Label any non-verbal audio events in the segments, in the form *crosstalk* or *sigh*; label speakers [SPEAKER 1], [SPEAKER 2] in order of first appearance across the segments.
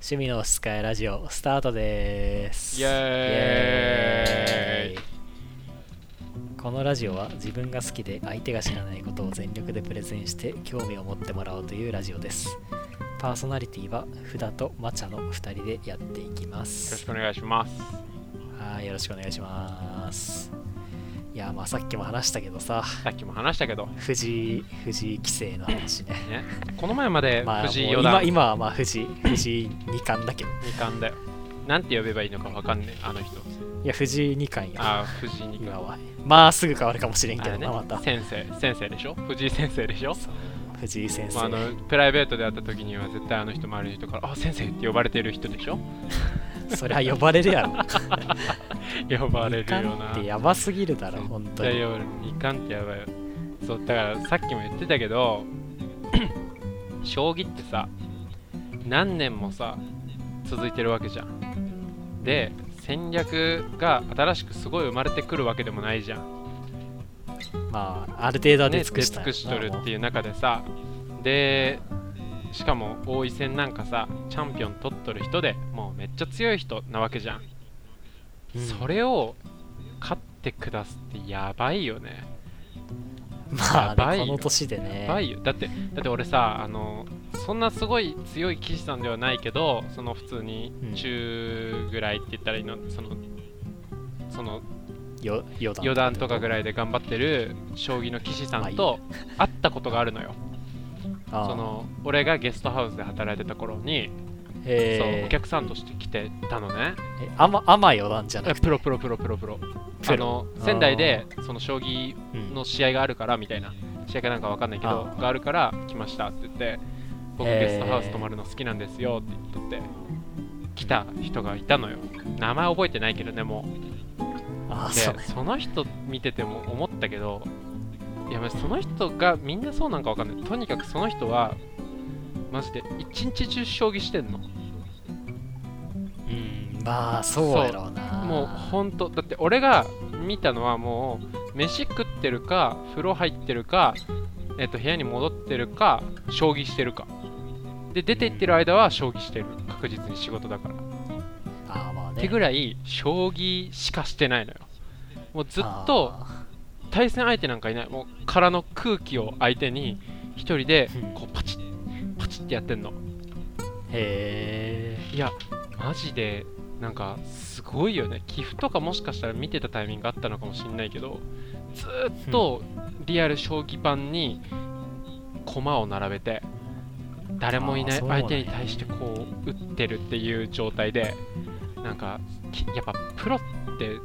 [SPEAKER 1] 趣味のお使いラジオスタートです
[SPEAKER 2] イエーイ
[SPEAKER 1] イエーイこのラジオは自分が好きで相手が知らないことを全力でプレゼンして興味を持ってもらおうというラジオですパーソナリティは札とマチャの2人でやっていきま
[SPEAKER 2] よろ
[SPEAKER 1] す
[SPEAKER 2] しくお願いします。
[SPEAKER 1] はいよろしくお願いしますいやまあさっきも話したけどさ
[SPEAKER 2] さっきも話したけど、
[SPEAKER 1] 藤井藤井棋聖の話 *laughs* ね
[SPEAKER 2] ね、この前まで
[SPEAKER 1] まあ、
[SPEAKER 2] 藤井
[SPEAKER 1] もう
[SPEAKER 2] 四
[SPEAKER 1] 今
[SPEAKER 2] 段
[SPEAKER 1] 今はまあ藤井藤井二冠だけど
[SPEAKER 2] 二冠だよ。なんて呼べばいいのかわかんねえ、あの人。
[SPEAKER 1] いや藤井二冠や
[SPEAKER 2] あー、藤井二
[SPEAKER 1] 今
[SPEAKER 2] 冠。
[SPEAKER 1] はまあすぐ変わるかもしれん
[SPEAKER 2] あ
[SPEAKER 1] けど
[SPEAKER 2] れ
[SPEAKER 1] な、また
[SPEAKER 2] 先生、先生でしょ藤井先生でしょ、
[SPEAKER 1] 藤井先生、
[SPEAKER 2] まあ、あのプライベートで会った時には絶対あの人周りの人から、あ、先生って呼ばれてる人でしょ
[SPEAKER 1] そりゃ呼ばれるやろ
[SPEAKER 2] 呼ばれ
[SPEAKER 1] 二
[SPEAKER 2] るよ
[SPEAKER 1] 冠
[SPEAKER 2] うな。
[SPEAKER 1] ってやばすぎるだろ本当
[SPEAKER 2] 絶対
[SPEAKER 1] に
[SPEAKER 2] 呼ばれる二冠ってやばいよ。そう、だからさっきも言ってたけど、 *clears throat* 将棋ってさ、何年もさ、続いてるわけじゃん。で、戦略が新しくすごい生まれてくるわけでもないじゃん。
[SPEAKER 1] まあある程度は
[SPEAKER 2] ね、
[SPEAKER 1] 出尽くした
[SPEAKER 2] 出
[SPEAKER 1] よ
[SPEAKER 2] 尽くしとるっていう中でさ、で、しかも王位戦なんかさ、チャンピオン取っとる人でもうめっちゃ強い人なわけじゃん。
[SPEAKER 1] うん
[SPEAKER 2] それを勝って下すってやばいよね。
[SPEAKER 1] まあ
[SPEAKER 2] やば
[SPEAKER 1] ね、
[SPEAKER 2] いよ
[SPEAKER 1] この年でね
[SPEAKER 2] やばいよだってだって俺さあのそんなすごい強い棋士さんではないけどその普通に
[SPEAKER 1] うん
[SPEAKER 2] 中ぐらいって言ったらいいのそのその
[SPEAKER 1] よ四段
[SPEAKER 2] 四段とかぐらいで頑張ってる将棋の棋士さんと会ったことがあるの *laughs* よ
[SPEAKER 1] ああ
[SPEAKER 2] その俺がゲストハウスで働いてた頃に、そう
[SPEAKER 1] え
[SPEAKER 2] お客さんとして来てたのね
[SPEAKER 1] ー、えあまあま四段じゃな
[SPEAKER 2] え
[SPEAKER 1] くて
[SPEAKER 2] プロプロプロプロプロ
[SPEAKER 1] プ
[SPEAKER 2] あ
[SPEAKER 1] ロ
[SPEAKER 2] の仙台でその将棋
[SPEAKER 1] うん
[SPEAKER 2] の試合があるからみたいな試合かなんかわかんないけど
[SPEAKER 1] あ
[SPEAKER 2] があるから来ましたって言って僕
[SPEAKER 1] へー
[SPEAKER 2] ゲストハウス泊まるの好きなんですよって言っとって来た人がいたのよ名前覚えてないけどねも
[SPEAKER 1] あ
[SPEAKER 2] うで
[SPEAKER 1] そう
[SPEAKER 2] その人見てても思ったけどいやまあその人がみんなそうなんかわかんないとにかくその人はマジで一日中将棋してんの
[SPEAKER 1] うんまあそうやろうな
[SPEAKER 2] もうほんとだって俺が見たのはもう飯食ってるか風呂入ってるか、えっと、部屋に戻ってるか将棋してるかで出て行ってる間は将棋してる確実に仕事だから、
[SPEAKER 1] ああまあ
[SPEAKER 2] って
[SPEAKER 1] ね
[SPEAKER 2] ぐらい将棋しかしてないのよもうずっと
[SPEAKER 1] あ
[SPEAKER 2] 対戦相手なんかいないもう空の空気を相手に一人で
[SPEAKER 1] うん
[SPEAKER 2] こうパチッパチッってやってんの
[SPEAKER 1] ーへ
[SPEAKER 2] いやマジでなんかすごいよね寄付とかもしかしたら見てたタイミングあったのかもしんないけどずーっとリアル将棋盤に駒を並べて誰もいな
[SPEAKER 1] あー
[SPEAKER 2] い
[SPEAKER 1] そうなんや
[SPEAKER 2] 相手に対してこう打ってるっていう状態でなんかきやっぱプロって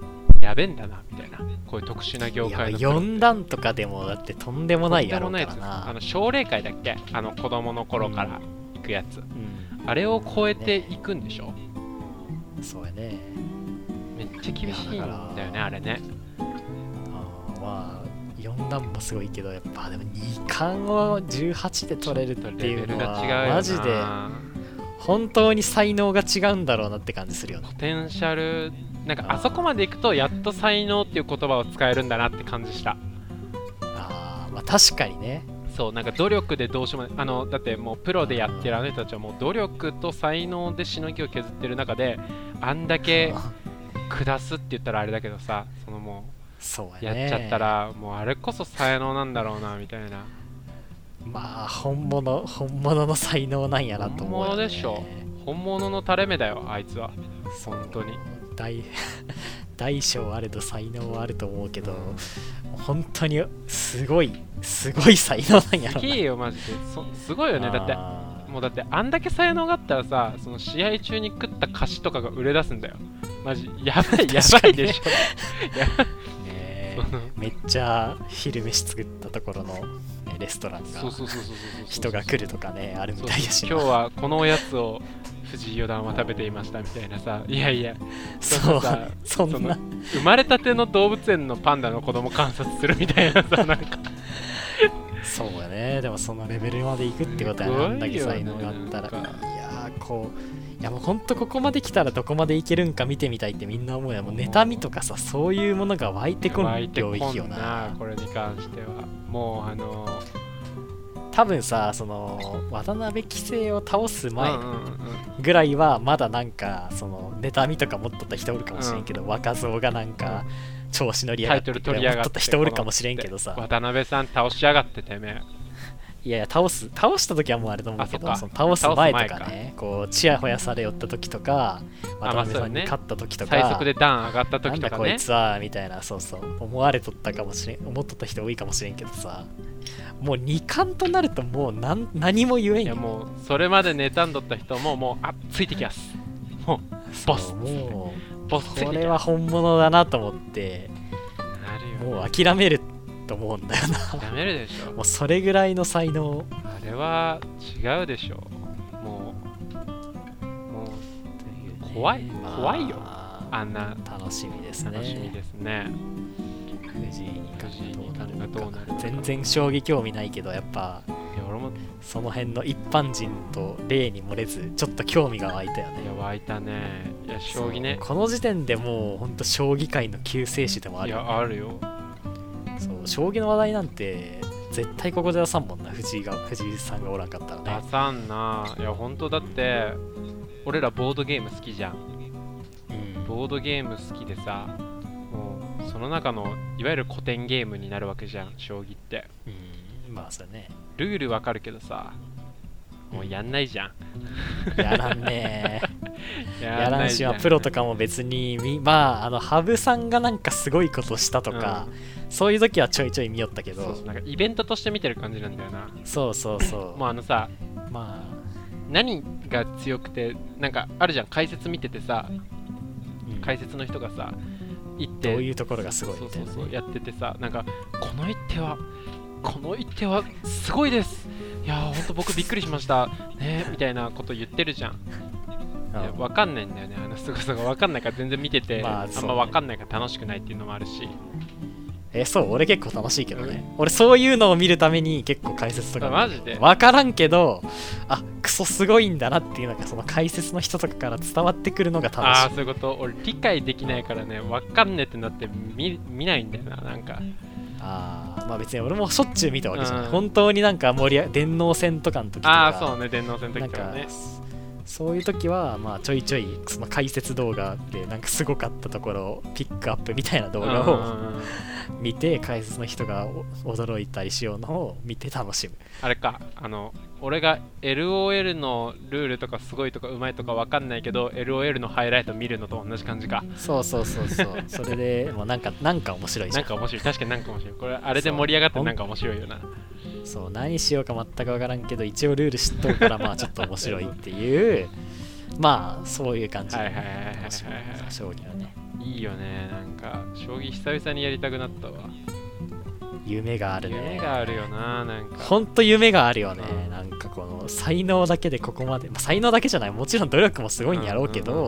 [SPEAKER 2] やべえんだなみたいなこういう特殊な
[SPEAKER 1] え
[SPEAKER 2] 業界のプロ
[SPEAKER 1] 4段とかでもだってとんでもないやろうから
[SPEAKER 2] とんでもないやつあ
[SPEAKER 1] な
[SPEAKER 2] の奨励会だっけあの子供の頃から行くやつ、
[SPEAKER 1] うん
[SPEAKER 2] あれを超えていくんでしょ
[SPEAKER 1] そうやね
[SPEAKER 2] めっちゃ厳しいんだよねあれね
[SPEAKER 1] あーまあ4段もすごいけどやっぱでも2冠を18で取れるっていうのは
[SPEAKER 2] レベルが違うよな
[SPEAKER 1] マジで本当に才能が違うんだろうなって感じするよね
[SPEAKER 2] ポテンシャルなんかあそこまでいくとやっと才能っていう言葉を使えるんだなって感じした
[SPEAKER 1] あーまあ確かにね
[SPEAKER 2] そうなんか努力でどうしようもないあのだってもうプロでやってるあの人たちはもう努力と才能でしのぎを削ってる中であんだけ下すって言ったらあれだけどさそのも
[SPEAKER 1] そう
[SPEAKER 2] う
[SPEAKER 1] や
[SPEAKER 2] やっ
[SPEAKER 1] ね
[SPEAKER 2] ちゃったらもうあれこそ才能なんだろうなみたいな
[SPEAKER 1] まあ本物 *laughs* 本物の才能なんやなと思うよ、ね、
[SPEAKER 2] 本物でしょ本物の垂れ目だよあいつは本当に
[SPEAKER 1] 大 *laughs* 大小あれど才能はあると思うけど本当にすごいすごい才能なんや
[SPEAKER 2] す
[SPEAKER 1] ろ
[SPEAKER 2] げえよマジでそすごいよねだって
[SPEAKER 1] て
[SPEAKER 2] もうだってあんだけ才能があったらさその試合中に食った菓子とかが売れ出すんだよ
[SPEAKER 1] *laughs*
[SPEAKER 2] マジやばいや
[SPEAKER 1] 確
[SPEAKER 2] ば
[SPEAKER 1] か
[SPEAKER 2] い
[SPEAKER 1] にね
[SPEAKER 2] でし
[SPEAKER 1] ね
[SPEAKER 2] ょ
[SPEAKER 1] めっちゃ昼飯作ったところのねレストランが
[SPEAKER 2] そうそうそうそうそうそう
[SPEAKER 1] 人が来るとかねあるみ
[SPEAKER 2] そう
[SPEAKER 1] たいやしな
[SPEAKER 2] 今日はこのおやつを藤井四段は食べていましたみたいなさいやいや
[SPEAKER 1] そう
[SPEAKER 2] さ
[SPEAKER 1] そ
[SPEAKER 2] そ
[SPEAKER 1] ん
[SPEAKER 2] の
[SPEAKER 1] な
[SPEAKER 2] 生まれたての動物園のパンダの子供観察するみたいな
[SPEAKER 1] *laughs*
[SPEAKER 2] さなんか
[SPEAKER 1] そうやねでもそのレベルまで行くってことや
[SPEAKER 2] すご
[SPEAKER 1] な
[SPEAKER 2] いよ
[SPEAKER 1] あ
[SPEAKER 2] ね
[SPEAKER 1] んだけ才能があったらい
[SPEAKER 2] なんか
[SPEAKER 1] やーこういやもうほんとここまで来たらどこまでいけるんか見てみたいってみんな思うやもう妬みとかさそういうものが湧いてこ
[SPEAKER 2] 湧
[SPEAKER 1] る
[SPEAKER 2] いてこ
[SPEAKER 1] 領
[SPEAKER 2] ん
[SPEAKER 1] 域よな
[SPEAKER 2] なこれに関してはもうあのー
[SPEAKER 1] 多分さその渡辺棋聖を倒す前
[SPEAKER 2] うんうんうんうん
[SPEAKER 1] ぐらいはまだなんかその妬みとか持っとった人おるかもしれんけど、若造がなんか調子乗りや
[SPEAKER 2] タ
[SPEAKER 1] が
[SPEAKER 2] イ
[SPEAKER 1] って
[SPEAKER 2] ト
[SPEAKER 1] 持
[SPEAKER 2] ル
[SPEAKER 1] っ
[SPEAKER 2] 取り上がっ
[SPEAKER 1] とってた人おるかもしれんけどさ
[SPEAKER 2] 渡辺さん倒しやがっててめえ
[SPEAKER 1] いやいや倒す倒した時はもうあれと思うけど
[SPEAKER 2] あ
[SPEAKER 1] そ
[SPEAKER 2] そ
[SPEAKER 1] の
[SPEAKER 2] っか
[SPEAKER 1] 倒す前とか
[SPEAKER 2] 倒す
[SPEAKER 1] ねこうチヤホヤされよった時とか
[SPEAKER 2] まあ
[SPEAKER 1] 渡辺さ
[SPEAKER 2] そうん
[SPEAKER 1] に
[SPEAKER 2] ね
[SPEAKER 1] 勝った時とか、
[SPEAKER 2] 最速でダン上がった
[SPEAKER 1] なん
[SPEAKER 2] 時と
[SPEAKER 1] だ
[SPEAKER 2] か
[SPEAKER 1] こい
[SPEAKER 2] ね
[SPEAKER 1] つはみたいなそうそう思われとったかもしれん思っとった人多いかもしれんけどさもう2冠となるともう何何も言えん
[SPEAKER 2] いや
[SPEAKER 1] よ
[SPEAKER 2] もうそれまで妬んどった人ももうあついてきやすも
[SPEAKER 1] そう
[SPEAKER 2] ボス
[SPEAKER 1] も
[SPEAKER 2] うボス
[SPEAKER 1] う
[SPEAKER 2] つい
[SPEAKER 1] こ
[SPEAKER 2] てき
[SPEAKER 1] れ
[SPEAKER 2] や
[SPEAKER 1] は本物だなと思って
[SPEAKER 2] すなるよ
[SPEAKER 1] もう諦めると思うんだよな *laughs*
[SPEAKER 2] やめるでしょ
[SPEAKER 1] もうそれぐらいの才能
[SPEAKER 2] あれは違うでしょもうもう怖い
[SPEAKER 1] まあ
[SPEAKER 2] 怖いよあんな
[SPEAKER 1] 楽しみですね
[SPEAKER 2] 楽しみですね
[SPEAKER 1] 藤井二冠どうなるか
[SPEAKER 2] どうなるか
[SPEAKER 1] 全然将棋興味ないけどやっぱ
[SPEAKER 2] いや俺も
[SPEAKER 1] その辺の一般人と例に漏れずちょっと興味が湧いたよね
[SPEAKER 2] いや湧いたねいや将棋ね
[SPEAKER 1] そうこの時点でもうほんと将棋界の救世主でもあ
[SPEAKER 2] い
[SPEAKER 1] るよ
[SPEAKER 2] やあるよ
[SPEAKER 1] そう将棋の話題なんて絶対ここで出さんもんな藤井が藤井さんがおらんかったらね
[SPEAKER 2] 出さんないや本当だって俺らボードゲーム好きじゃん
[SPEAKER 1] うん
[SPEAKER 2] ボードゲーム好きでさもうその中のいわゆる古典ゲームになるわけじゃん将棋って
[SPEAKER 1] うんまあそれね
[SPEAKER 2] ルールわかるけどさもうやんないじゃん
[SPEAKER 1] やらんねやらんし
[SPEAKER 2] は
[SPEAKER 1] はプロとかも別にみまああの羽生さんがなんかすごいことしたとか、そういう時はちょいちょい見よったけ
[SPEAKER 2] そう
[SPEAKER 1] ど
[SPEAKER 2] そうなんかイベントとして見てる感じなんだよな
[SPEAKER 1] そうそうそう
[SPEAKER 2] もうあのさ
[SPEAKER 1] まあ
[SPEAKER 2] 何が強くてなんかあるじゃん解説見ててさ
[SPEAKER 1] うん
[SPEAKER 2] 解説の人がさ行って
[SPEAKER 1] どういうところがすごい
[SPEAKER 2] そ
[SPEAKER 1] み
[SPEAKER 2] う
[SPEAKER 1] た
[SPEAKER 2] そ
[SPEAKER 1] いうな
[SPEAKER 2] そう
[SPEAKER 1] ね
[SPEAKER 2] やっててさなんかこの一手はこの一手はすごいですいやーほんと僕びっくりしましたねみたいなこと言ってるじゃんいや
[SPEAKER 1] うん
[SPEAKER 2] わかんないんだよねあのすごさがわかんないから全然見てて、
[SPEAKER 1] まあ
[SPEAKER 2] あ
[SPEAKER 1] そうんね
[SPEAKER 2] まわかんないから楽しくないっていうのもあるし
[SPEAKER 1] えそう俺結構楽しいけどね、俺そういうのを見るために結構解説とか
[SPEAKER 2] あマジで
[SPEAKER 1] 分からんけどあクソすごいんだなっていうのがその解説の人とかから伝わってくるのが
[SPEAKER 2] ああ
[SPEAKER 1] 楽し
[SPEAKER 2] ーそういうこと俺理解できないからねわかんねえってなって見見ないんだよななんか
[SPEAKER 1] いああまあ別に俺もしょっちゅう見たわけじゃない、
[SPEAKER 2] うん
[SPEAKER 1] 本当になんか盛り上が電脳戦とかの時とか
[SPEAKER 2] ああそうね電脳戦の
[SPEAKER 1] なん
[SPEAKER 2] 時とか
[SPEAKER 1] か
[SPEAKER 2] ね
[SPEAKER 1] そういう時はまあちょいちょいその解説動画でなんかすごかったところをピックアップみたいな動画
[SPEAKER 2] うん
[SPEAKER 1] を
[SPEAKER 2] うんうん
[SPEAKER 1] 見て解説の人がお驚いたりしようのを見て楽しむ
[SPEAKER 2] あれかあの俺が LOL のルールとかすごいとかうまいとかわかんないけど LOL のハイライト見るのと同じ感じか
[SPEAKER 1] そうそうそうそう *laughs* それでもうなんかなんか面白いじ
[SPEAKER 2] な
[SPEAKER 1] ゃ
[SPEAKER 2] ん
[SPEAKER 1] ん
[SPEAKER 2] か面白い確かになんか面白いこれあれで盛り上がってなんか面白いよな
[SPEAKER 1] そう何しようか全く分からんけど一応ルール知っとるからまあちょっと面白いって
[SPEAKER 2] *laughs*
[SPEAKER 1] いうまあそういう感じ
[SPEAKER 2] はいはいはい
[SPEAKER 1] 楽しみ
[SPEAKER 2] はいはいはい
[SPEAKER 1] 将棋はね
[SPEAKER 2] いいよねなんか将棋久々にやりたくなったわ
[SPEAKER 1] 夢があるね
[SPEAKER 2] 夢があるよななんか
[SPEAKER 1] ほんと夢があるよね、
[SPEAKER 2] うん
[SPEAKER 1] なんかこの才能だけでここまで、まあ、才能だけじゃないもちろん努力もすごいんやろうけど、
[SPEAKER 2] んん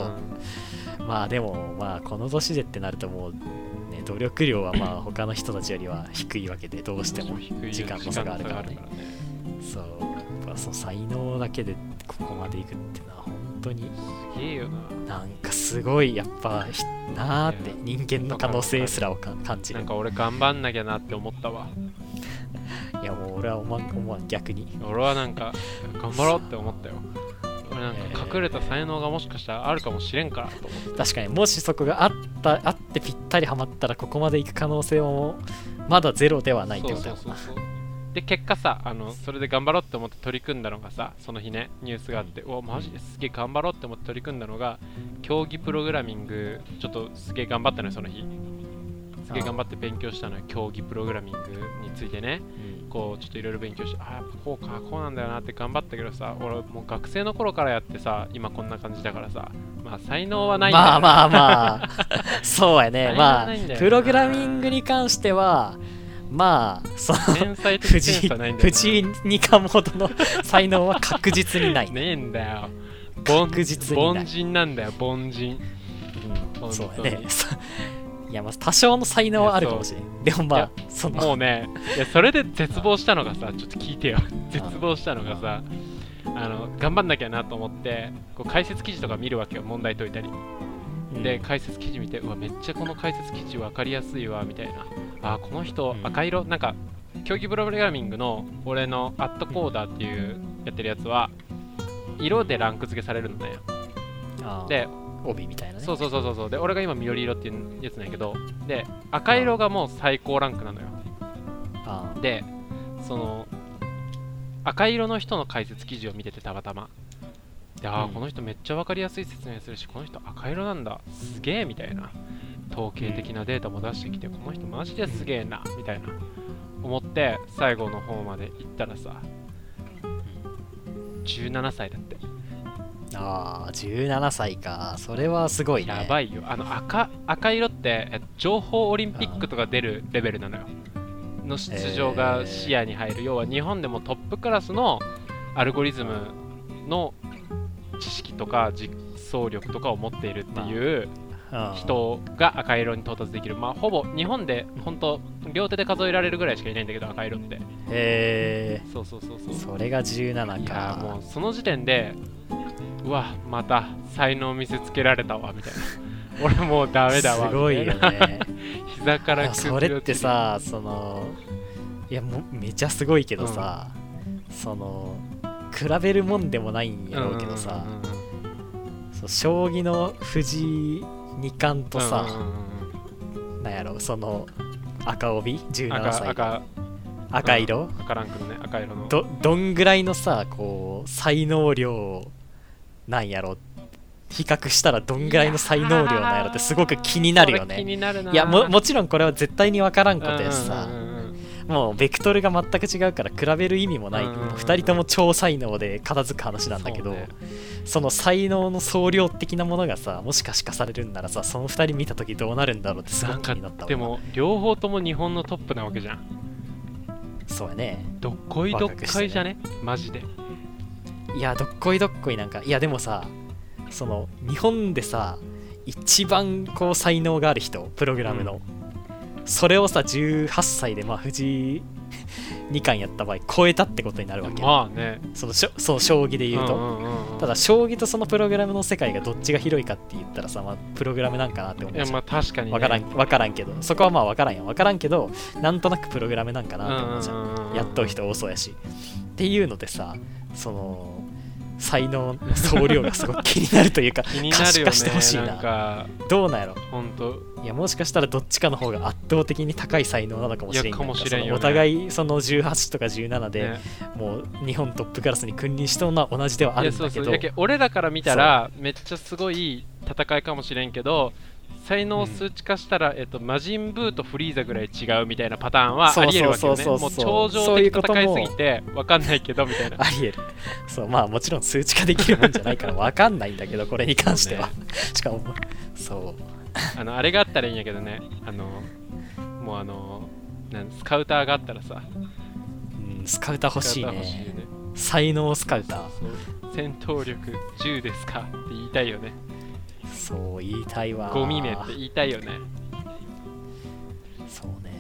[SPEAKER 2] うん
[SPEAKER 1] まあでもまあこの年でってなるともう、ね、努力量はまあ他の人たちよりは低いわけでどうしても
[SPEAKER 2] 低いよ
[SPEAKER 1] 時間の差があるからね
[SPEAKER 2] 時間の差があるから
[SPEAKER 1] そ
[SPEAKER 2] ね
[SPEAKER 1] うやっぱその才能だけでここまでいくってのは本当に
[SPEAKER 2] すげえよな
[SPEAKER 1] なんかすごいやっぱひなーって
[SPEAKER 2] いや
[SPEAKER 1] 人間の可能性すらをか感じ
[SPEAKER 2] な
[SPEAKER 1] る
[SPEAKER 2] んか俺頑張んなきゃなって思ったわ
[SPEAKER 1] いやもう俺は思わん思わん逆に
[SPEAKER 2] 俺はなんか頑張ろうって思ったよ俺なんか隠れた才能がもしかしたらあるかもしれんからと思って
[SPEAKER 1] 確かにもしそこがあったあってぴったりハマったらここまで行く可能性もまだゼロではないってことだもん
[SPEAKER 2] そう
[SPEAKER 1] な
[SPEAKER 2] そうそうそうで結果さあのそれで頑張ろうって思って取り組んだのがさその日ねニュースがあってうわマジですげえ頑張ろうって思って取り組んだのが競技プログラミングちょっとすげえ頑張ったのよその日すげえ頑張って勉強したのよ競技プログラミングについてねこうちょっといろいろ勉強してあーやっぱこうかこうなんだよなって頑張ったけどさ俺もう学生の頃からやってさ今こんな感じだからさまあ才能はないんだよ
[SPEAKER 1] まあまあまあそうやねま
[SPEAKER 2] 才能ないんだ
[SPEAKER 1] あ
[SPEAKER 2] よな
[SPEAKER 1] プログラミングに関してはまあその
[SPEAKER 2] 天才的セン
[SPEAKER 1] 藤
[SPEAKER 2] ス
[SPEAKER 1] 井
[SPEAKER 2] はないんだよな
[SPEAKER 1] 藤井二冠ほどの *laughs* 才能は確実にない、
[SPEAKER 2] ねえんだよ凡
[SPEAKER 1] 確実にない
[SPEAKER 2] 凡人なんだよ凡人
[SPEAKER 1] うん、
[SPEAKER 2] 本
[SPEAKER 1] そう
[SPEAKER 2] 当
[SPEAKER 1] や
[SPEAKER 2] に
[SPEAKER 1] ねいやまあ多少の才能はあるかもしれんでもま
[SPEAKER 2] い
[SPEAKER 1] あ
[SPEAKER 2] や
[SPEAKER 1] その
[SPEAKER 2] もうねいやそれで絶望したのがさちょっと聞いてよ絶望したのがさあの頑張んなきゃなと思ってこう解説記事とか見るわけよ問題解いたり
[SPEAKER 1] うん
[SPEAKER 2] で解説記事見てうわめっちゃこの解説記事分かりやすいわみたいなあーこの人
[SPEAKER 1] うん
[SPEAKER 2] 赤色なんか競技プログラミングの俺のアットコーダーっていうやってるやつは色でランク付けされるのね
[SPEAKER 1] あー
[SPEAKER 2] で
[SPEAKER 1] 帯みたいなね
[SPEAKER 2] そうそうそうそうそうで俺が今緑色っていうやつなんやけどで赤色がもう最高ランクなのよ
[SPEAKER 1] あー
[SPEAKER 2] でその赤色の人の解説記事を見ててたまたまでああ、
[SPEAKER 1] うん
[SPEAKER 2] この人めっちゃ分かりやすい説明するしこの人赤色なんだすげえみたいな統計的なデータも出してきてこの人マジですげえなみたいな思って最後の方まで行ったらさ17歳だって
[SPEAKER 1] あー17歳かそれはすごいね
[SPEAKER 2] やばいよあの赤赤色ってえ情報オリンピックとか出るレベルなのよの出場が視野に入る、要は日本でもトップクラスのアルゴリズムの知識とか実装力とかを持っているっていう
[SPEAKER 1] うん
[SPEAKER 2] 人が赤色に到達できる、まあ、ほぼ日本で本当両手で数えられるぐらいしかいないんだけど赤色って
[SPEAKER 1] へ
[SPEAKER 2] そうそうそうそ
[SPEAKER 1] え
[SPEAKER 2] う
[SPEAKER 1] それが17
[SPEAKER 2] いや
[SPEAKER 1] か
[SPEAKER 2] ーもうその時点でうわまた才能見せつけられたわみたいな *laughs* 俺もうダメだわ
[SPEAKER 1] すごいよ
[SPEAKER 2] みたな
[SPEAKER 1] ね
[SPEAKER 2] 膝か
[SPEAKER 1] い
[SPEAKER 2] ら
[SPEAKER 1] やそれってさそのいやもうめちゃすごいけどさ、その比べるもんでもないんやろうけどさ、そう将棋の藤井二冠と
[SPEAKER 2] と
[SPEAKER 1] さ、なんやろその赤帯17歳
[SPEAKER 2] 赤
[SPEAKER 1] の赤
[SPEAKER 2] 赤
[SPEAKER 1] 色、
[SPEAKER 2] うん赤ランクのね赤色の
[SPEAKER 1] どどんぐらいのさこう才能量なんやろ比較したらどんぐらいの才能量なんやろってすごく気になるよ
[SPEAKER 2] これ気
[SPEAKER 1] ね
[SPEAKER 2] になるない
[SPEAKER 1] やももちろんこれは絶対に分からんことやしさ、
[SPEAKER 2] うんうんうん
[SPEAKER 1] もうベクトルが全く違うから比べる意味もない、
[SPEAKER 2] うんうんうん
[SPEAKER 1] 2人とも超才能で片付く話なんだけどそ,、
[SPEAKER 2] そうね
[SPEAKER 1] の才能の総量的なものがさもし可視化されるんならさその2人見た時どうなるんだろうってすご
[SPEAKER 2] な
[SPEAKER 1] く
[SPEAKER 2] ん
[SPEAKER 1] 気
[SPEAKER 2] か
[SPEAKER 1] になったわ
[SPEAKER 2] でも両方とも日本のトップなわけじゃん
[SPEAKER 1] そうやね
[SPEAKER 2] どっこいどっこいじゃねマジで
[SPEAKER 1] いやどっこいどっこいなんかいやでもさその日本でさ一番こう才能がある人プログラムの、それをさ18歳でまあ藤井二冠やった場合超えたってことになるわけよ、
[SPEAKER 2] まあね
[SPEAKER 1] そのしょその将棋で言うと、
[SPEAKER 2] んんうん
[SPEAKER 1] ただ将棋とそのプログラムの世界がどっちが広いかって言ったらさ、まあ、プログラムなんかなって思
[SPEAKER 2] いうや
[SPEAKER 1] じゃん
[SPEAKER 2] まあ確かにね
[SPEAKER 1] わからんわからんけどそこはまあわからんよわからんけどなんとなくプログラムなんかなって思うじゃん,、
[SPEAKER 2] うんうんうんうん
[SPEAKER 1] やっとう人多そうやしっていうのでさその才能の総量がすごく気になるというか
[SPEAKER 2] *laughs* 気に
[SPEAKER 1] 可
[SPEAKER 2] なる
[SPEAKER 1] 視
[SPEAKER 2] よね
[SPEAKER 1] 化してほしい
[SPEAKER 2] なん
[SPEAKER 1] な
[SPEAKER 2] か
[SPEAKER 1] どうなんやろ
[SPEAKER 2] 本当
[SPEAKER 1] いやもしかしたらどっちかの方が圧倒的に高い才能なのかもしれん
[SPEAKER 2] いやかもしれんよ
[SPEAKER 1] そのお
[SPEAKER 2] ね
[SPEAKER 1] 互いその18とか17で、
[SPEAKER 2] ね
[SPEAKER 1] もう日本トップクラスに君臨しとうのは同じではあ
[SPEAKER 2] い
[SPEAKER 1] る
[SPEAKER 2] や
[SPEAKER 1] ん
[SPEAKER 2] そう
[SPEAKER 1] だけ
[SPEAKER 2] そ
[SPEAKER 1] ど
[SPEAKER 2] うやけ俺らから見たらめっちゃすごい戦いかもしれんけど才能を数値化したら、えっと、マジンブーとフリーザぐらい違うみたいなパターンはありえるわけよね
[SPEAKER 1] そう
[SPEAKER 2] も
[SPEAKER 1] そうそうそう
[SPEAKER 2] う頂上
[SPEAKER 1] そういう
[SPEAKER 2] 的
[SPEAKER 1] ことも
[SPEAKER 2] 戦いすぎてわかんないけどみ
[SPEAKER 1] *laughs*
[SPEAKER 2] たいな
[SPEAKER 1] ありえるそうまあもちろん数値化できるもんじゃないから分かんないんだ
[SPEAKER 2] *laughs*
[SPEAKER 1] けどこれに関しては、
[SPEAKER 2] そ
[SPEAKER 1] しかもそう
[SPEAKER 2] あのあれがあったらいいんやけどねあのもうあのなんスカウターがあったらさ
[SPEAKER 1] うんスカウター欲しいね
[SPEAKER 2] スカウター欲しいね
[SPEAKER 1] 才能スカウター
[SPEAKER 2] そう戦闘力10ですかって言いたいよね
[SPEAKER 1] そう言いたいわ
[SPEAKER 2] ゴミめって言いたいよね
[SPEAKER 1] そうね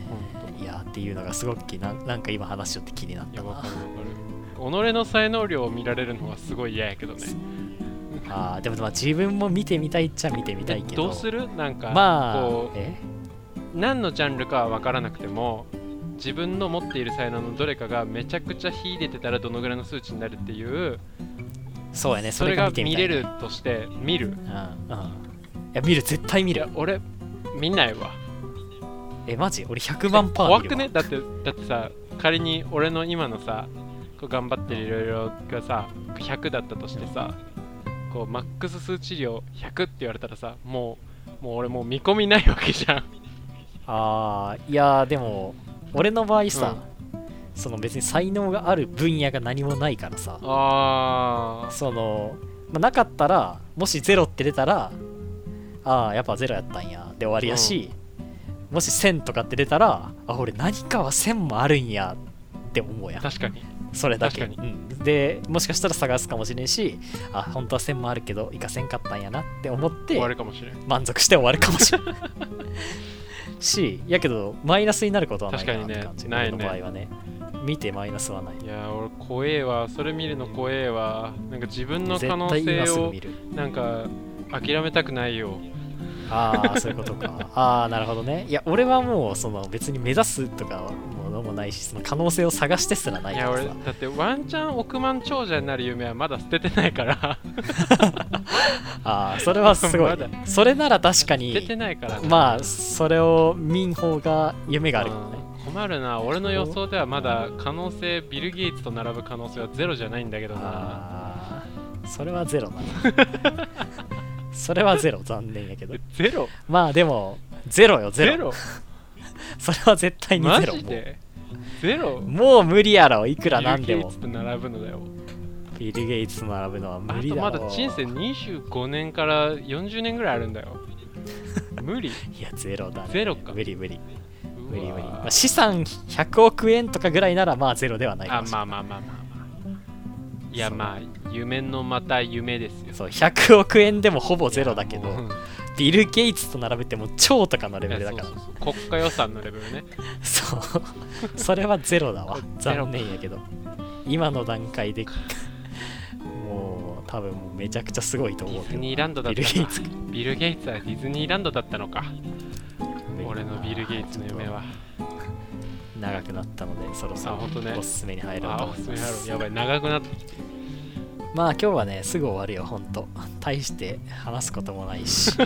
[SPEAKER 1] いやっていうのがすごく気なんなんか今話しよって気になっ
[SPEAKER 2] い
[SPEAKER 1] た
[SPEAKER 2] やわか
[SPEAKER 1] な
[SPEAKER 2] るわかる己の才能量を見られるのはすごい嫌やけどね
[SPEAKER 1] あーでもまあ自分も見てみたいっちゃ見てみたいけど
[SPEAKER 2] どうするなんか、
[SPEAKER 1] まあ
[SPEAKER 2] こ
[SPEAKER 1] え
[SPEAKER 2] う何のジャンルかは分からなくても自分の持っている才能のどれかがめちゃくちゃ秀でてたらどのぐらいの数値になるっていう
[SPEAKER 1] そうやねそ
[SPEAKER 2] そ
[SPEAKER 1] れ
[SPEAKER 2] れ
[SPEAKER 1] が
[SPEAKER 2] が
[SPEAKER 1] 見てみ
[SPEAKER 2] 見
[SPEAKER 1] たい
[SPEAKER 2] れるとして見る
[SPEAKER 1] うんうんいや見る絶対見
[SPEAKER 2] い
[SPEAKER 1] る
[SPEAKER 2] や俺見ないわ
[SPEAKER 1] えマジ俺100万パー
[SPEAKER 2] 怖
[SPEAKER 1] 見るわ
[SPEAKER 2] くねだってだってさ仮に俺の今のさこう頑張ってるいろいろがさ100だったとしてさこうマックス数値量100って言われたらさもうもう俺もう見込みないわけじゃん
[SPEAKER 1] あーいやーでも俺の場合さ、その別に才能がある分野が何もないからさ
[SPEAKER 2] あ
[SPEAKER 1] その、まあなかったらもしゼロって出たらああやっぱゼロやったんやで終わりやし、もし1000とかって出たらあ俺何かは1000もあるんやって思うや
[SPEAKER 2] あ
[SPEAKER 1] ん
[SPEAKER 2] 確かに
[SPEAKER 1] それだけ、
[SPEAKER 2] 確
[SPEAKER 1] うんでもしかしたら探すかもしれんしあ本当は1000もあるけど活かせんかったんやなって思って
[SPEAKER 2] 終わるかもしれん
[SPEAKER 1] 満足して終わるかもしれないしやけどマイナスになることはないかなって感じ、
[SPEAKER 2] 確かにね
[SPEAKER 1] 俺の場合はね見てマイナスはない
[SPEAKER 2] いやー俺怖えわそれ見るの怖えわなんか自分の可能
[SPEAKER 1] 絶対
[SPEAKER 2] 性
[SPEAKER 1] 今すぐ
[SPEAKER 2] を
[SPEAKER 1] 見る
[SPEAKER 2] なんか諦めたくないよ
[SPEAKER 1] ああそういうことかああなるほどねいや俺はもうその別に目指すとかはもうのもないしその可能性を探してすらない
[SPEAKER 2] い
[SPEAKER 1] か
[SPEAKER 2] や
[SPEAKER 1] ら
[SPEAKER 2] 俺
[SPEAKER 1] さ
[SPEAKER 2] だってワンチャン億万長者になる夢はまだ捨ててないから
[SPEAKER 1] ああそれはすごい、
[SPEAKER 2] まだ
[SPEAKER 1] それなら確か
[SPEAKER 2] 捨てて
[SPEAKER 1] に
[SPEAKER 2] ないから
[SPEAKER 1] まあそれを見ん方が夢があるもんね
[SPEAKER 2] うん困るな俺の予想ではまだ可能性ビル・ゲイツと並ぶ可能性はゼロじゃないんだけどな
[SPEAKER 1] あーそれはゼロだな *laughs* それはゼロ残念やけど
[SPEAKER 2] えゼロ
[SPEAKER 1] まあでもゼロよゼ
[SPEAKER 2] ゼ
[SPEAKER 1] ロ
[SPEAKER 2] ロ
[SPEAKER 1] それは絶対に
[SPEAKER 2] マ
[SPEAKER 1] ゼロ
[SPEAKER 2] ジでゼ
[SPEAKER 1] も
[SPEAKER 2] ロ
[SPEAKER 1] うもう無理やろいくらなんで
[SPEAKER 2] ビル・ゲ
[SPEAKER 1] も
[SPEAKER 2] イツと並ぶのだよ
[SPEAKER 1] ビル・ゲイツと並ぶのは
[SPEAKER 2] あ
[SPEAKER 1] 無理
[SPEAKER 2] と
[SPEAKER 1] だろ
[SPEAKER 2] まだ人生25年から40年ぐらいあるん
[SPEAKER 1] *laughs*
[SPEAKER 2] だよ無理
[SPEAKER 1] いやゼロだね
[SPEAKER 2] ゼロか
[SPEAKER 1] 無理無理無理無理、
[SPEAKER 2] うわ
[SPEAKER 1] まあ、資産100億円とかぐらいならまあゼロではないか
[SPEAKER 2] あ
[SPEAKER 1] もしれ
[SPEAKER 2] ま
[SPEAKER 1] ない
[SPEAKER 2] あまあまあまあまあいや
[SPEAKER 1] そう
[SPEAKER 2] まあ夢のまた夢ですよ
[SPEAKER 1] そう100億円でもほぼゼロだけ
[SPEAKER 2] いやも
[SPEAKER 1] ど
[SPEAKER 2] う
[SPEAKER 1] ビル・ゲイツと並べても超とかのレベルだ
[SPEAKER 2] い
[SPEAKER 1] から
[SPEAKER 2] やそうそうそう国家予算のレベルね
[SPEAKER 1] そう *laughs* それはゼロだわ
[SPEAKER 2] *laughs* ゼロ
[SPEAKER 1] 残念やけど今の段階でもう多分もうめちゃくちゃすごいと
[SPEAKER 2] デ
[SPEAKER 1] 思う
[SPEAKER 2] ィ
[SPEAKER 1] け
[SPEAKER 2] ズ
[SPEAKER 1] ど
[SPEAKER 2] ニーランドだっ
[SPEAKER 1] ビル・
[SPEAKER 2] た
[SPEAKER 1] ゲイ
[SPEAKER 2] な
[SPEAKER 1] ツ
[SPEAKER 2] ビル・ゲイツはディズニーランドだったのか俺のビル・ゲイツの夢は
[SPEAKER 1] 長くなったのでそろそ
[SPEAKER 2] あ
[SPEAKER 1] ろ
[SPEAKER 2] ほんとね
[SPEAKER 1] おすすめに入ろうと
[SPEAKER 2] あお
[SPEAKER 1] 思い
[SPEAKER 2] すすめ
[SPEAKER 1] ま
[SPEAKER 2] だろ
[SPEAKER 1] す
[SPEAKER 2] やばい長くなってきて
[SPEAKER 1] まあ今日はねすぐ終わるよほんと大して話すこともない
[SPEAKER 2] *laughs*
[SPEAKER 1] し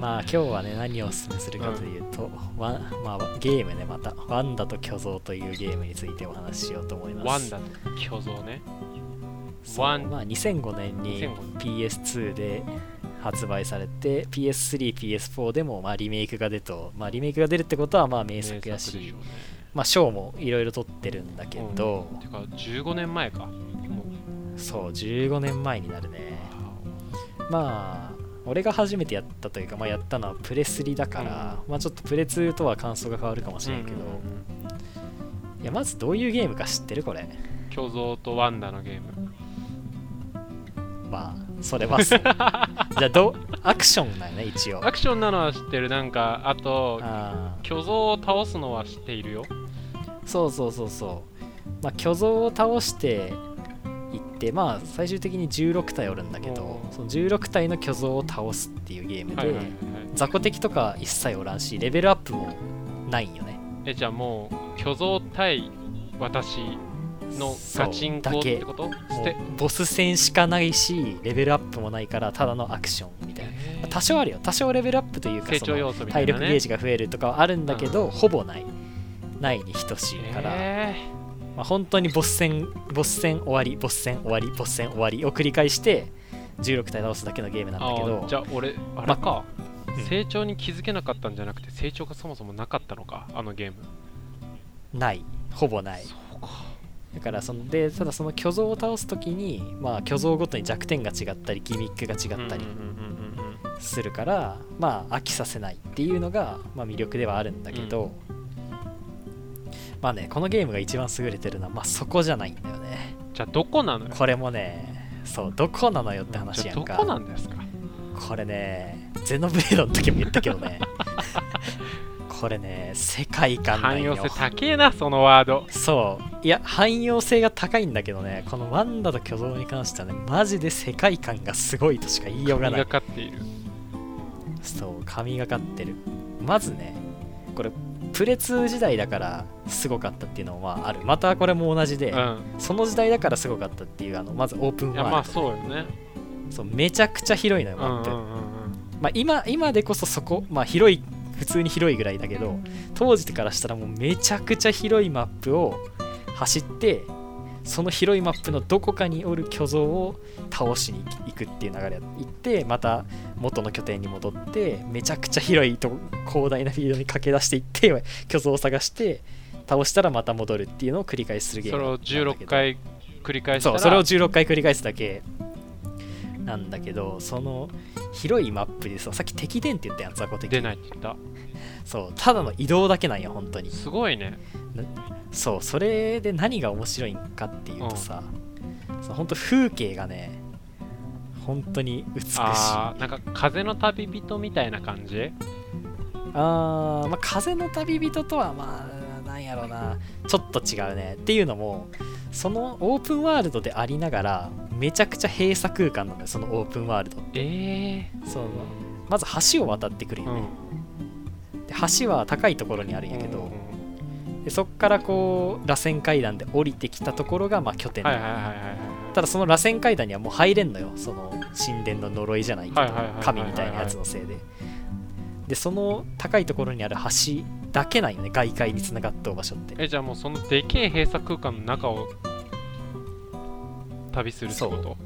[SPEAKER 1] まあ今日はね何をおすすめするかというと、ワンまあ、ゲームねまた「ワンダと巨像」というゲームについてお話ししようと思います
[SPEAKER 2] ワンダと巨像ね
[SPEAKER 1] そう
[SPEAKER 2] ワン
[SPEAKER 1] まあ、2005年に
[SPEAKER 2] 2005
[SPEAKER 1] PS2 で発売されて PS3、PS4 でもまあリメイクが出と、まあ、リメイクが出るってことはまあ名作や
[SPEAKER 2] 名で
[SPEAKER 1] し
[SPEAKER 2] しょうね
[SPEAKER 1] まあ賞もいろいろ取ってるんだけど、
[SPEAKER 2] てか15年前かもう
[SPEAKER 1] そう15年前になるねまあ俺が初めてやったというか、まあ、やったのはプレ3だから、まあちょっとプレ2とは感想が変わるかもしれんけど、
[SPEAKER 2] うん
[SPEAKER 1] いやまずどういうゲームか知ってるこれ
[SPEAKER 2] 巨像とワンダのゲーム
[SPEAKER 1] まあそれ
[SPEAKER 2] *laughs*
[SPEAKER 1] はそうじゃあどうアクションだよね一応
[SPEAKER 2] アクションなのは知ってるなんかあと
[SPEAKER 1] あー
[SPEAKER 2] 巨像を倒すのは知っているよ
[SPEAKER 1] そうそうそうそう、まあ、巨像を倒していってまあ最終的に16体おるんだけど
[SPEAKER 2] うん
[SPEAKER 1] その16体の巨像を倒すっていうゲームで、
[SPEAKER 2] はいはいはい
[SPEAKER 1] 雑魚敵とか一切おらんしレベルアップもないんよね
[SPEAKER 2] えじゃあもう巨像対私のガチンコってこと
[SPEAKER 1] も
[SPEAKER 2] 捨
[SPEAKER 1] う
[SPEAKER 2] て
[SPEAKER 1] ボス戦しかないしレベルアップもないからただのアクションみたいな、
[SPEAKER 2] え
[SPEAKER 1] まあ
[SPEAKER 2] ー
[SPEAKER 1] 多少あるよ多少レベルアップというか
[SPEAKER 2] 成
[SPEAKER 1] そ
[SPEAKER 2] 長
[SPEAKER 1] の
[SPEAKER 2] 要素みた
[SPEAKER 1] 体
[SPEAKER 2] いな、ね、
[SPEAKER 1] 力ゲージが増えるとかはあるんだけど、
[SPEAKER 2] うん
[SPEAKER 1] ほぼないないに等しいから、
[SPEAKER 2] え
[SPEAKER 1] まあ、本当にボス戦ボス戦終わりボス戦終わりボス戦終わりを繰り返して16体倒すだけのゲームなん
[SPEAKER 2] ー
[SPEAKER 1] だけ
[SPEAKER 2] あーじ
[SPEAKER 1] ど
[SPEAKER 2] ゃあ俺あれか、
[SPEAKER 1] うん
[SPEAKER 2] 成長に気づけなかったんじゃなくて成長がそもそもなかったのかあのゲーム
[SPEAKER 1] ないほぼない
[SPEAKER 2] そうか
[SPEAKER 1] だからそのでただその巨像を倒す時に、まあ、巨像ごとに弱点が違ったりギミックが違ったり
[SPEAKER 2] うんうんうんうんうん
[SPEAKER 1] するから、まあ飽きさせないっていうのが、まあ、魅力ではあるんだけど、まあねこのゲームが一番優れてるのは、まあ、そこじゃないんだよね
[SPEAKER 2] じゃあどこなのよ
[SPEAKER 1] これもねそうどこなのよって話
[SPEAKER 2] じ
[SPEAKER 1] や
[SPEAKER 2] ゃあ
[SPEAKER 1] ん
[SPEAKER 2] ど
[SPEAKER 1] か
[SPEAKER 2] こなんですか
[SPEAKER 1] これねゼノブレードの時も言ったけど
[SPEAKER 2] *laughs*
[SPEAKER 1] ねこれね世界観な
[SPEAKER 2] 汎
[SPEAKER 1] ん
[SPEAKER 2] 用
[SPEAKER 1] よ
[SPEAKER 2] 性高えなそのワード
[SPEAKER 1] そういや汎用性が高いんだけどねこのワンダと巨像に関してはねマジで世界観がすごいとしか言いようが
[SPEAKER 2] 神
[SPEAKER 1] な
[SPEAKER 2] が
[SPEAKER 1] い
[SPEAKER 2] かっている
[SPEAKER 1] そう神がかってるまずねこれプレ2時代だからすごかったっていうのもまああるまたこれも同じで、
[SPEAKER 2] うん
[SPEAKER 1] その時代だからすごかったっていうあのまずオープンワー
[SPEAKER 2] いや
[SPEAKER 1] ルド、
[SPEAKER 2] まあそうよね
[SPEAKER 1] そうめちゃくちゃ広いのよ
[SPEAKER 2] うん
[SPEAKER 1] マ
[SPEAKER 2] う
[SPEAKER 1] ッ
[SPEAKER 2] ん
[SPEAKER 1] プ、
[SPEAKER 2] うんうん
[SPEAKER 1] まあ、今今でこそそこ、まあ、広い普通に広いぐらいだけど当時からしたらもうめちゃくちゃ広いマップを走ってその広いマップのどこかにおる巨像を倒しに行くっていう流れや行ってまた元の拠点に戻ってめちゃくちゃ広いとこ広大なフィールドに駆け出していって巨像を探して倒したらまた戻るっていうのを繰り返しするゲー
[SPEAKER 2] そ
[SPEAKER 1] ム
[SPEAKER 2] れ
[SPEAKER 1] なん
[SPEAKER 2] を
[SPEAKER 1] だけど
[SPEAKER 2] 16回繰り返した
[SPEAKER 1] そ
[SPEAKER 2] ら
[SPEAKER 1] うそれを16回繰り返すだけなんだけどその広いマップでささっき敵伝って言ったやん雑魚敵
[SPEAKER 2] 出ないって言った
[SPEAKER 1] そうただの移動だけなんよ本当に
[SPEAKER 2] すごいね
[SPEAKER 1] そうそれで何が面白いんかっていうとさ、そう本当風景がね本当に美しいあ
[SPEAKER 2] あーなんか風の旅人みたいな感じ
[SPEAKER 1] あーまあ風の旅人とはまあなんやろうなちょっと違うねっていうのもそのオープンワールドでありながらめちゃくちゃ閉鎖空間なのよそのオープンワールド
[SPEAKER 2] ええ
[SPEAKER 1] そのまず橋を渡ってくるよね、で橋は高いところにあるんやけど、でそこからこう螺旋階段で降りてきたところがまあ拠点
[SPEAKER 2] は
[SPEAKER 1] だ
[SPEAKER 2] いはいはいはい
[SPEAKER 1] ただその螺旋階段にはもう入れんのよその神殿の呪いじゃないけど
[SPEAKER 2] はいはいはいはいはい
[SPEAKER 1] 神みたいなやつのせいででその高いところにある橋だけなんよね外界につながった場所って
[SPEAKER 2] えじゃあもうそのでけえ閉鎖空間の中を旅するってこと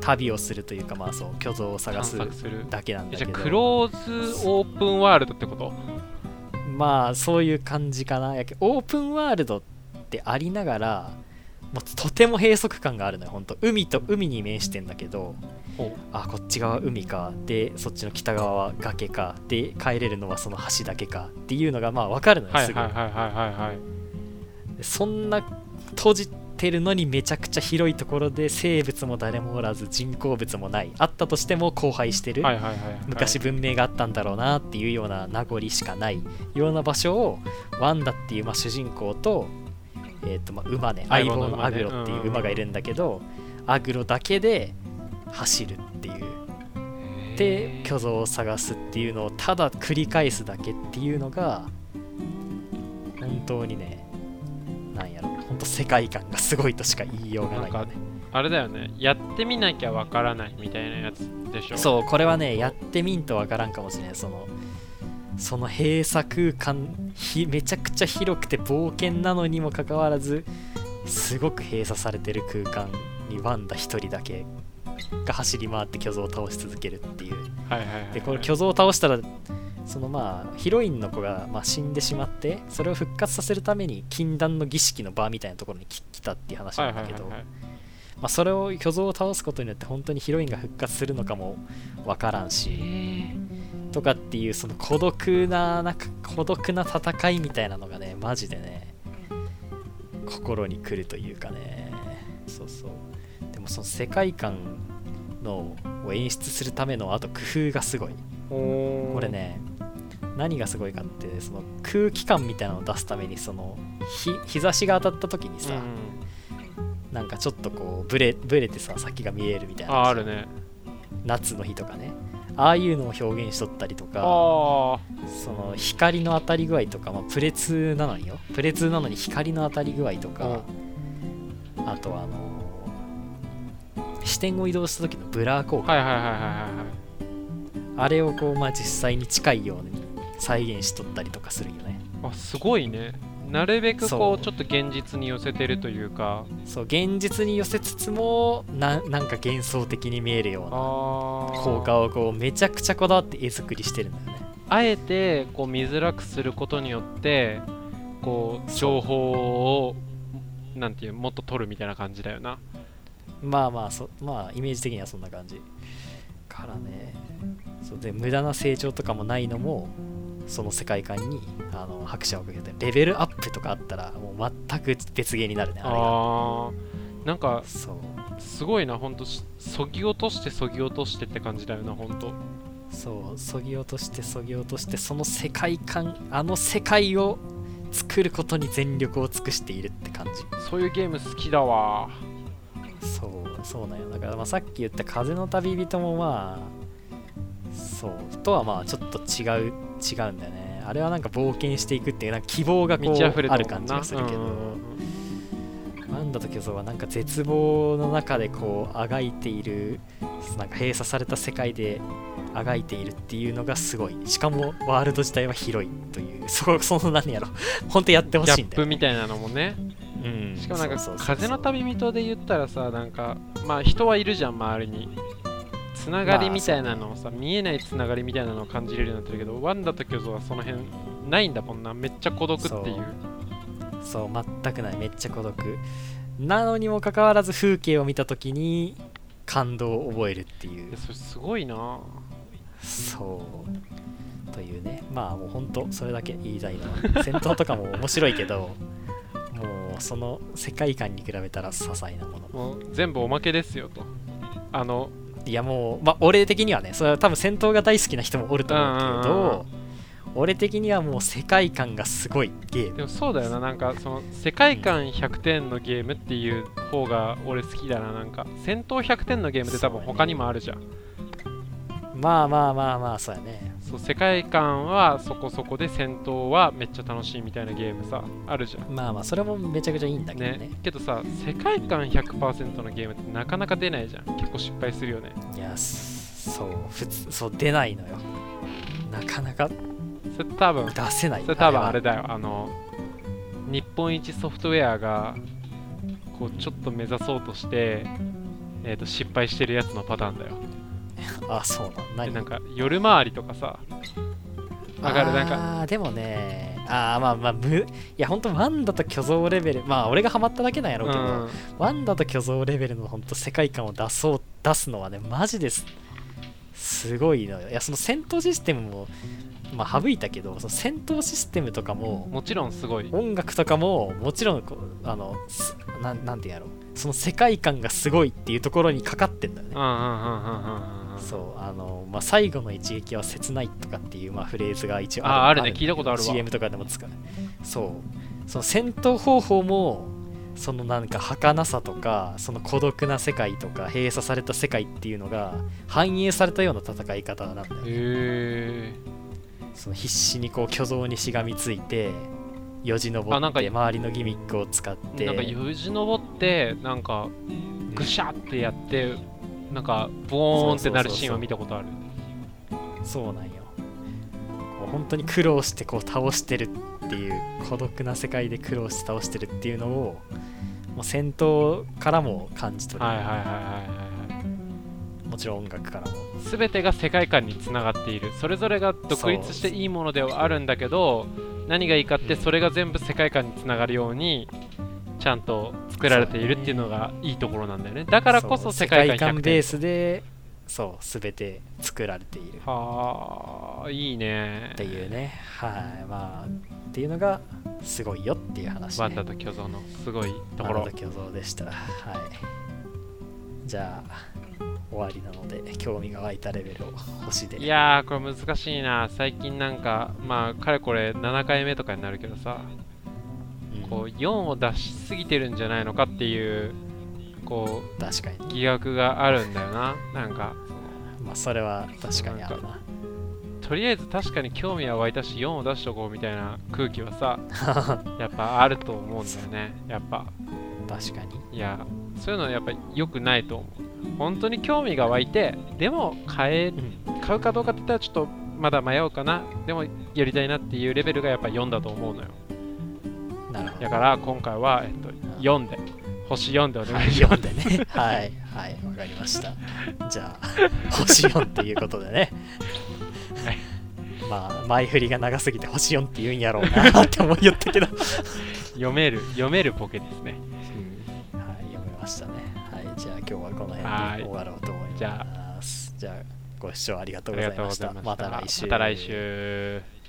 [SPEAKER 1] 旅をするというかまあそう虚像を探
[SPEAKER 2] 探
[SPEAKER 1] す
[SPEAKER 2] 索する
[SPEAKER 1] だけなん
[SPEAKER 2] え
[SPEAKER 1] だ
[SPEAKER 2] じ
[SPEAKER 1] け
[SPEAKER 2] ゃあク
[SPEAKER 1] ど
[SPEAKER 2] ローズオープンワールドってこと
[SPEAKER 1] まあそういう感じかなやけオープンワールドってありながらもうとても閉塞感があるのよ本当海と海に面してんだけど
[SPEAKER 2] ほ
[SPEAKER 1] あこっち側海かでそっちの北側は崖かで帰れるのはその橋だけかっていうのがまあ分かるのよ
[SPEAKER 2] はい
[SPEAKER 1] すぐ、
[SPEAKER 2] はいはいはいはいはい
[SPEAKER 1] でそんな閉じてるのにめちゃくちゃ広いところで生物も誰もおらず人工物もないあったとしても荒廃してる、
[SPEAKER 2] はいはいはいはい
[SPEAKER 1] 昔文明があったんだろうなっていうような名残しかないような場所をワンダっていうまあ主人公と,、えーとまあ馬ね
[SPEAKER 2] 相
[SPEAKER 1] 相
[SPEAKER 2] 棒の
[SPEAKER 1] 棒の
[SPEAKER 2] 馬
[SPEAKER 1] ア
[SPEAKER 2] ね
[SPEAKER 1] グロっていう馬がいるんだけど、アグロだけで走るっていうで
[SPEAKER 2] へー
[SPEAKER 1] 巨像を探すっていうのをただ繰り返すだけっていうのが本当にねなんやろ本当世界観がすごいとしか言いようがないよね
[SPEAKER 2] あれだよねやってみなきゃわからないみたいなやつでしょ
[SPEAKER 1] そうこれはねやってみんとわからんかもしれないそのその閉鎖空間ひめちゃくちゃ広くて冒険なのにもかかわらずすごく閉鎖されてる空間にワンダ一人だけが走り回って巨像を倒し続けるっていう
[SPEAKER 2] はいはいはいはい
[SPEAKER 1] でこの巨像を倒したらそのまあヒロインの子がまあ死んでしまってそれを復活させるために禁断の儀式の場みたいなところに来来たっていう話
[SPEAKER 2] は
[SPEAKER 1] ないん
[SPEAKER 2] は
[SPEAKER 1] だ
[SPEAKER 2] いはい
[SPEAKER 1] けど
[SPEAKER 2] はい
[SPEAKER 1] まあそれを巨像を倒すことによって本当にヒロインが復活するのかもわからんし
[SPEAKER 2] へ
[SPEAKER 1] とかっていうその孤独ななんか孤独な戦いみたいなのがねマジでね心に来るというかねそうそうでもその世界観のを演出するためのあと工夫がすごい
[SPEAKER 2] ーおー
[SPEAKER 1] これね何がすごいかってその空気感みたいなのを出すためにその日日差しが当たった時に
[SPEAKER 2] う
[SPEAKER 1] さ、
[SPEAKER 2] ん
[SPEAKER 1] なんかちょっとこうブレブレてさ先が見えるみたいな
[SPEAKER 2] ああるね
[SPEAKER 1] 夏の日とかねああいうのを表現しとったりとか
[SPEAKER 2] あ
[SPEAKER 1] その光の当たり具合とか、まあ、プレ2なのによプレ2なのに光の当たり具合とか、あとあのー視点を移動した時のブラー効
[SPEAKER 2] あ
[SPEAKER 1] 果
[SPEAKER 2] はいはいはいはいはい
[SPEAKER 1] あれをこう、まあ、実際に近いように再現しとったりとかするよね
[SPEAKER 2] はいあすごいねなるべく
[SPEAKER 1] そう
[SPEAKER 2] こうちょっと現実に寄せてるというか
[SPEAKER 1] そう現実に寄せつつもななんか幻想的に見えるような
[SPEAKER 2] ああ
[SPEAKER 1] 効果をこうめちゃくちゃこだわって絵作りしてるんだよね
[SPEAKER 2] あえてこう見づらくすることによってこう
[SPEAKER 1] そう
[SPEAKER 2] 情報をなんていうもっと取るみたいな感じだよな
[SPEAKER 1] まあまあそまあイメージ的にはそんな感じからねそうで無駄な成長とかもないのもその世界観にあの拍車をかけてるレベルアップとかあったらもう全く別ゲーになるねあれが
[SPEAKER 2] あーなんか
[SPEAKER 1] そう
[SPEAKER 2] すごいなほんとしそぎ落としてそぎ落としてって感じだよなほんと
[SPEAKER 1] そうそぎ落としてそぎ落としてその世界観あの世界を作ることに全力を尽くしているって感じ
[SPEAKER 2] そういうゲーム好きだわ
[SPEAKER 1] そうそうなんよだからまあさっき言った「風の旅人」もまあそうとはまあちょっと違う違うんだよねあれはなんか冒険していくっていうなんか希望がこ
[SPEAKER 2] 満ち溢
[SPEAKER 1] う
[SPEAKER 2] れた
[SPEAKER 1] あ
[SPEAKER 2] もんな
[SPEAKER 1] る感じがするけ
[SPEAKER 2] うん
[SPEAKER 1] どなんだと巨像はなんか絶望の中でこうあがいているなんか閉鎖された世界であがいているっていうのがすごいしかもワールド自体は広いというそその何やろ本当やってほ
[SPEAKER 2] ギャ
[SPEAKER 1] しいん
[SPEAKER 2] ッ
[SPEAKER 1] だよ
[SPEAKER 2] プ、みたいなのもね
[SPEAKER 1] うん、
[SPEAKER 2] しかもなん
[SPEAKER 1] そうそ
[SPEAKER 2] か
[SPEAKER 1] うそうそう
[SPEAKER 2] 風の旅人で言ったらさなんかまあ人はいるじゃん周りにつながりみたいなのをさ、見えないつながりみたいなのを感じれるようになってるけどワンダと巨像はその辺ないんだもんなめっちゃ孤独っていう
[SPEAKER 1] そうそう全くないめっちゃ孤独なのにもかかわらず風景を見た時に感動を覚えるってい
[SPEAKER 2] いうやそれすごいな
[SPEAKER 1] そうというねまあもうほんとそれだけ言いたいのは戦闘とかも面白いけどもうその世界観に比べたら些細なもの
[SPEAKER 2] もう全部おまけですよとあの
[SPEAKER 1] いやもうまあ俺的にはねそれは多分戦闘が大好きな人もおると思うけ
[SPEAKER 2] うんうんうんうん
[SPEAKER 1] ど俺的にはもう世界観がすごいゲーム
[SPEAKER 2] でもそうだよななんかその世界観100点のゲームっていう方が俺好きだななんか戦闘100点のゲームって多分
[SPEAKER 1] そうやね
[SPEAKER 2] 他にもあるじゃん
[SPEAKER 1] まあまあまあまあそうやね
[SPEAKER 2] そう,、そう世界観はそこそこで戦闘はめっちゃ楽しいみたいなゲームさあるじゃん
[SPEAKER 1] まあまあそれもめちゃくちゃいいんだけどね
[SPEAKER 2] ねけどさ世界観100%のゲームってなかなか出ないじゃん結構失敗するよね
[SPEAKER 1] いやすそう普通そう出ないのよなかなか
[SPEAKER 2] それ多分
[SPEAKER 1] 出せない
[SPEAKER 2] それ多分あ
[SPEAKER 1] は
[SPEAKER 2] れだよあの日本一ソフトウェアがこうちょっと目指そうとして、えー、と失敗してるやつのパターンだよ
[SPEAKER 1] あそうな
[SPEAKER 2] で
[SPEAKER 1] ん
[SPEAKER 2] な
[SPEAKER 1] 何
[SPEAKER 2] んか夜回りとかさわかるなんか
[SPEAKER 1] あーでもねあーまあまあむいやほんとワンダと巨像レベルまあ俺がハマっただけなんやろうけど、
[SPEAKER 2] うん
[SPEAKER 1] ワンダと巨像レベルのほんと世界観を出そう出すのはねマジですすごいのよいやその戦闘システムもまあ省いたけどその戦闘システムとかも
[SPEAKER 2] もちろんすごい
[SPEAKER 1] 音楽とかももちろんこうあのすなんなんて言うんやろその世界観がすごいっていうところにかかってんだよ
[SPEAKER 2] う
[SPEAKER 1] ね
[SPEAKER 2] んうんうんうんうんうんうん
[SPEAKER 1] そうあの、まあ、最後の一撃は切ないとかっていう、まあ、フレーズが一応
[SPEAKER 2] あーあるね
[SPEAKER 1] んだ
[SPEAKER 2] 聞いたことあるわ
[SPEAKER 1] CM とかでも使うそうその戦闘方法もそのなんか儚さとかその孤独な世界とか閉鎖された世界っていうのが反映されたような戦い方なんだよね
[SPEAKER 2] へえ
[SPEAKER 1] その必死にこう虚像にしがみついてよじ登
[SPEAKER 2] あなん
[SPEAKER 1] っ
[SPEAKER 2] か
[SPEAKER 1] て周りのギミックを使って
[SPEAKER 2] なんかよじ登ってなんかぐしゃってやってなんかボーンってなるシーンは見たことある
[SPEAKER 1] そうなんよこう本当に苦労してこう倒してるっていう孤独な世界で苦労して倒してるっていうのをもう戦闘からも感じ取る、
[SPEAKER 2] はいはいはいはいはいはい
[SPEAKER 1] もちろん音楽からも
[SPEAKER 2] 全てが世界観につながっているそれぞれが独立していいものではあるんだけど何がいいかってそれが全部世界観につながるようにちゃんと作られているっていうのがいいところなんだよねだからこ
[SPEAKER 1] そ
[SPEAKER 2] そう世界
[SPEAKER 1] 世界
[SPEAKER 2] 観100
[SPEAKER 1] 観
[SPEAKER 2] 点
[SPEAKER 1] ベースでそう全て作られているっ
[SPEAKER 2] はあいいね
[SPEAKER 1] ていうねはいまあっていうのがすごいよっていう話、ね、
[SPEAKER 2] ワンダと巨像のすごいとこ
[SPEAKER 1] ワ
[SPEAKER 2] ろ
[SPEAKER 1] ンダと巨像でしたはいじゃあ終わりなので興味が湧いたレベルを星で
[SPEAKER 2] いやーこれ難しいな最近なんかまあかれこれ7回目とかになるけどさ
[SPEAKER 1] うん
[SPEAKER 2] こう4を出しすぎてるんじゃないのかっていうこ
[SPEAKER 1] 確かに
[SPEAKER 2] う疑惑があるんだよななんか
[SPEAKER 1] まあそれは確かにあるな。
[SPEAKER 2] とりあえず確かに興味は湧いたし4を出しとこうみたいな空気はさやっぱあると思うんだよねやっぱ
[SPEAKER 1] 確かに。
[SPEAKER 2] いやそういうのはやっぱ良くないと思う本当に興味が湧いてでも買え
[SPEAKER 1] うん、
[SPEAKER 2] 買うかどうかって言ったらちょっとまだ迷うかなでもやりたいなっていうレベルがやっぱ4だと思うのよ
[SPEAKER 1] なるほど
[SPEAKER 2] だ。から今回は、えっと、4で星4でお願いしま
[SPEAKER 1] 読んでね。はい。はい。わかりました。じゃ
[SPEAKER 2] *laughs*
[SPEAKER 1] あ、星4っていうことでね。
[SPEAKER 2] はい
[SPEAKER 1] まあ、前振りが長すぎて星4って言うんやろうなって思いよったけど。はい。
[SPEAKER 2] す読める読めるボケですね
[SPEAKER 1] 読めましたね。はい。じゃあ、今日はこの辺で
[SPEAKER 2] はい
[SPEAKER 1] 終わろうと思い
[SPEAKER 2] じゃ
[SPEAKER 1] ます。じゃあ、ご視聴ありが
[SPEAKER 2] あ
[SPEAKER 1] とうご
[SPEAKER 2] り
[SPEAKER 1] ざ
[SPEAKER 2] が
[SPEAKER 1] い
[SPEAKER 2] とう
[SPEAKER 1] ま
[SPEAKER 2] ご
[SPEAKER 1] し
[SPEAKER 2] ざい
[SPEAKER 1] た。
[SPEAKER 2] ました
[SPEAKER 1] また来週。
[SPEAKER 2] また来週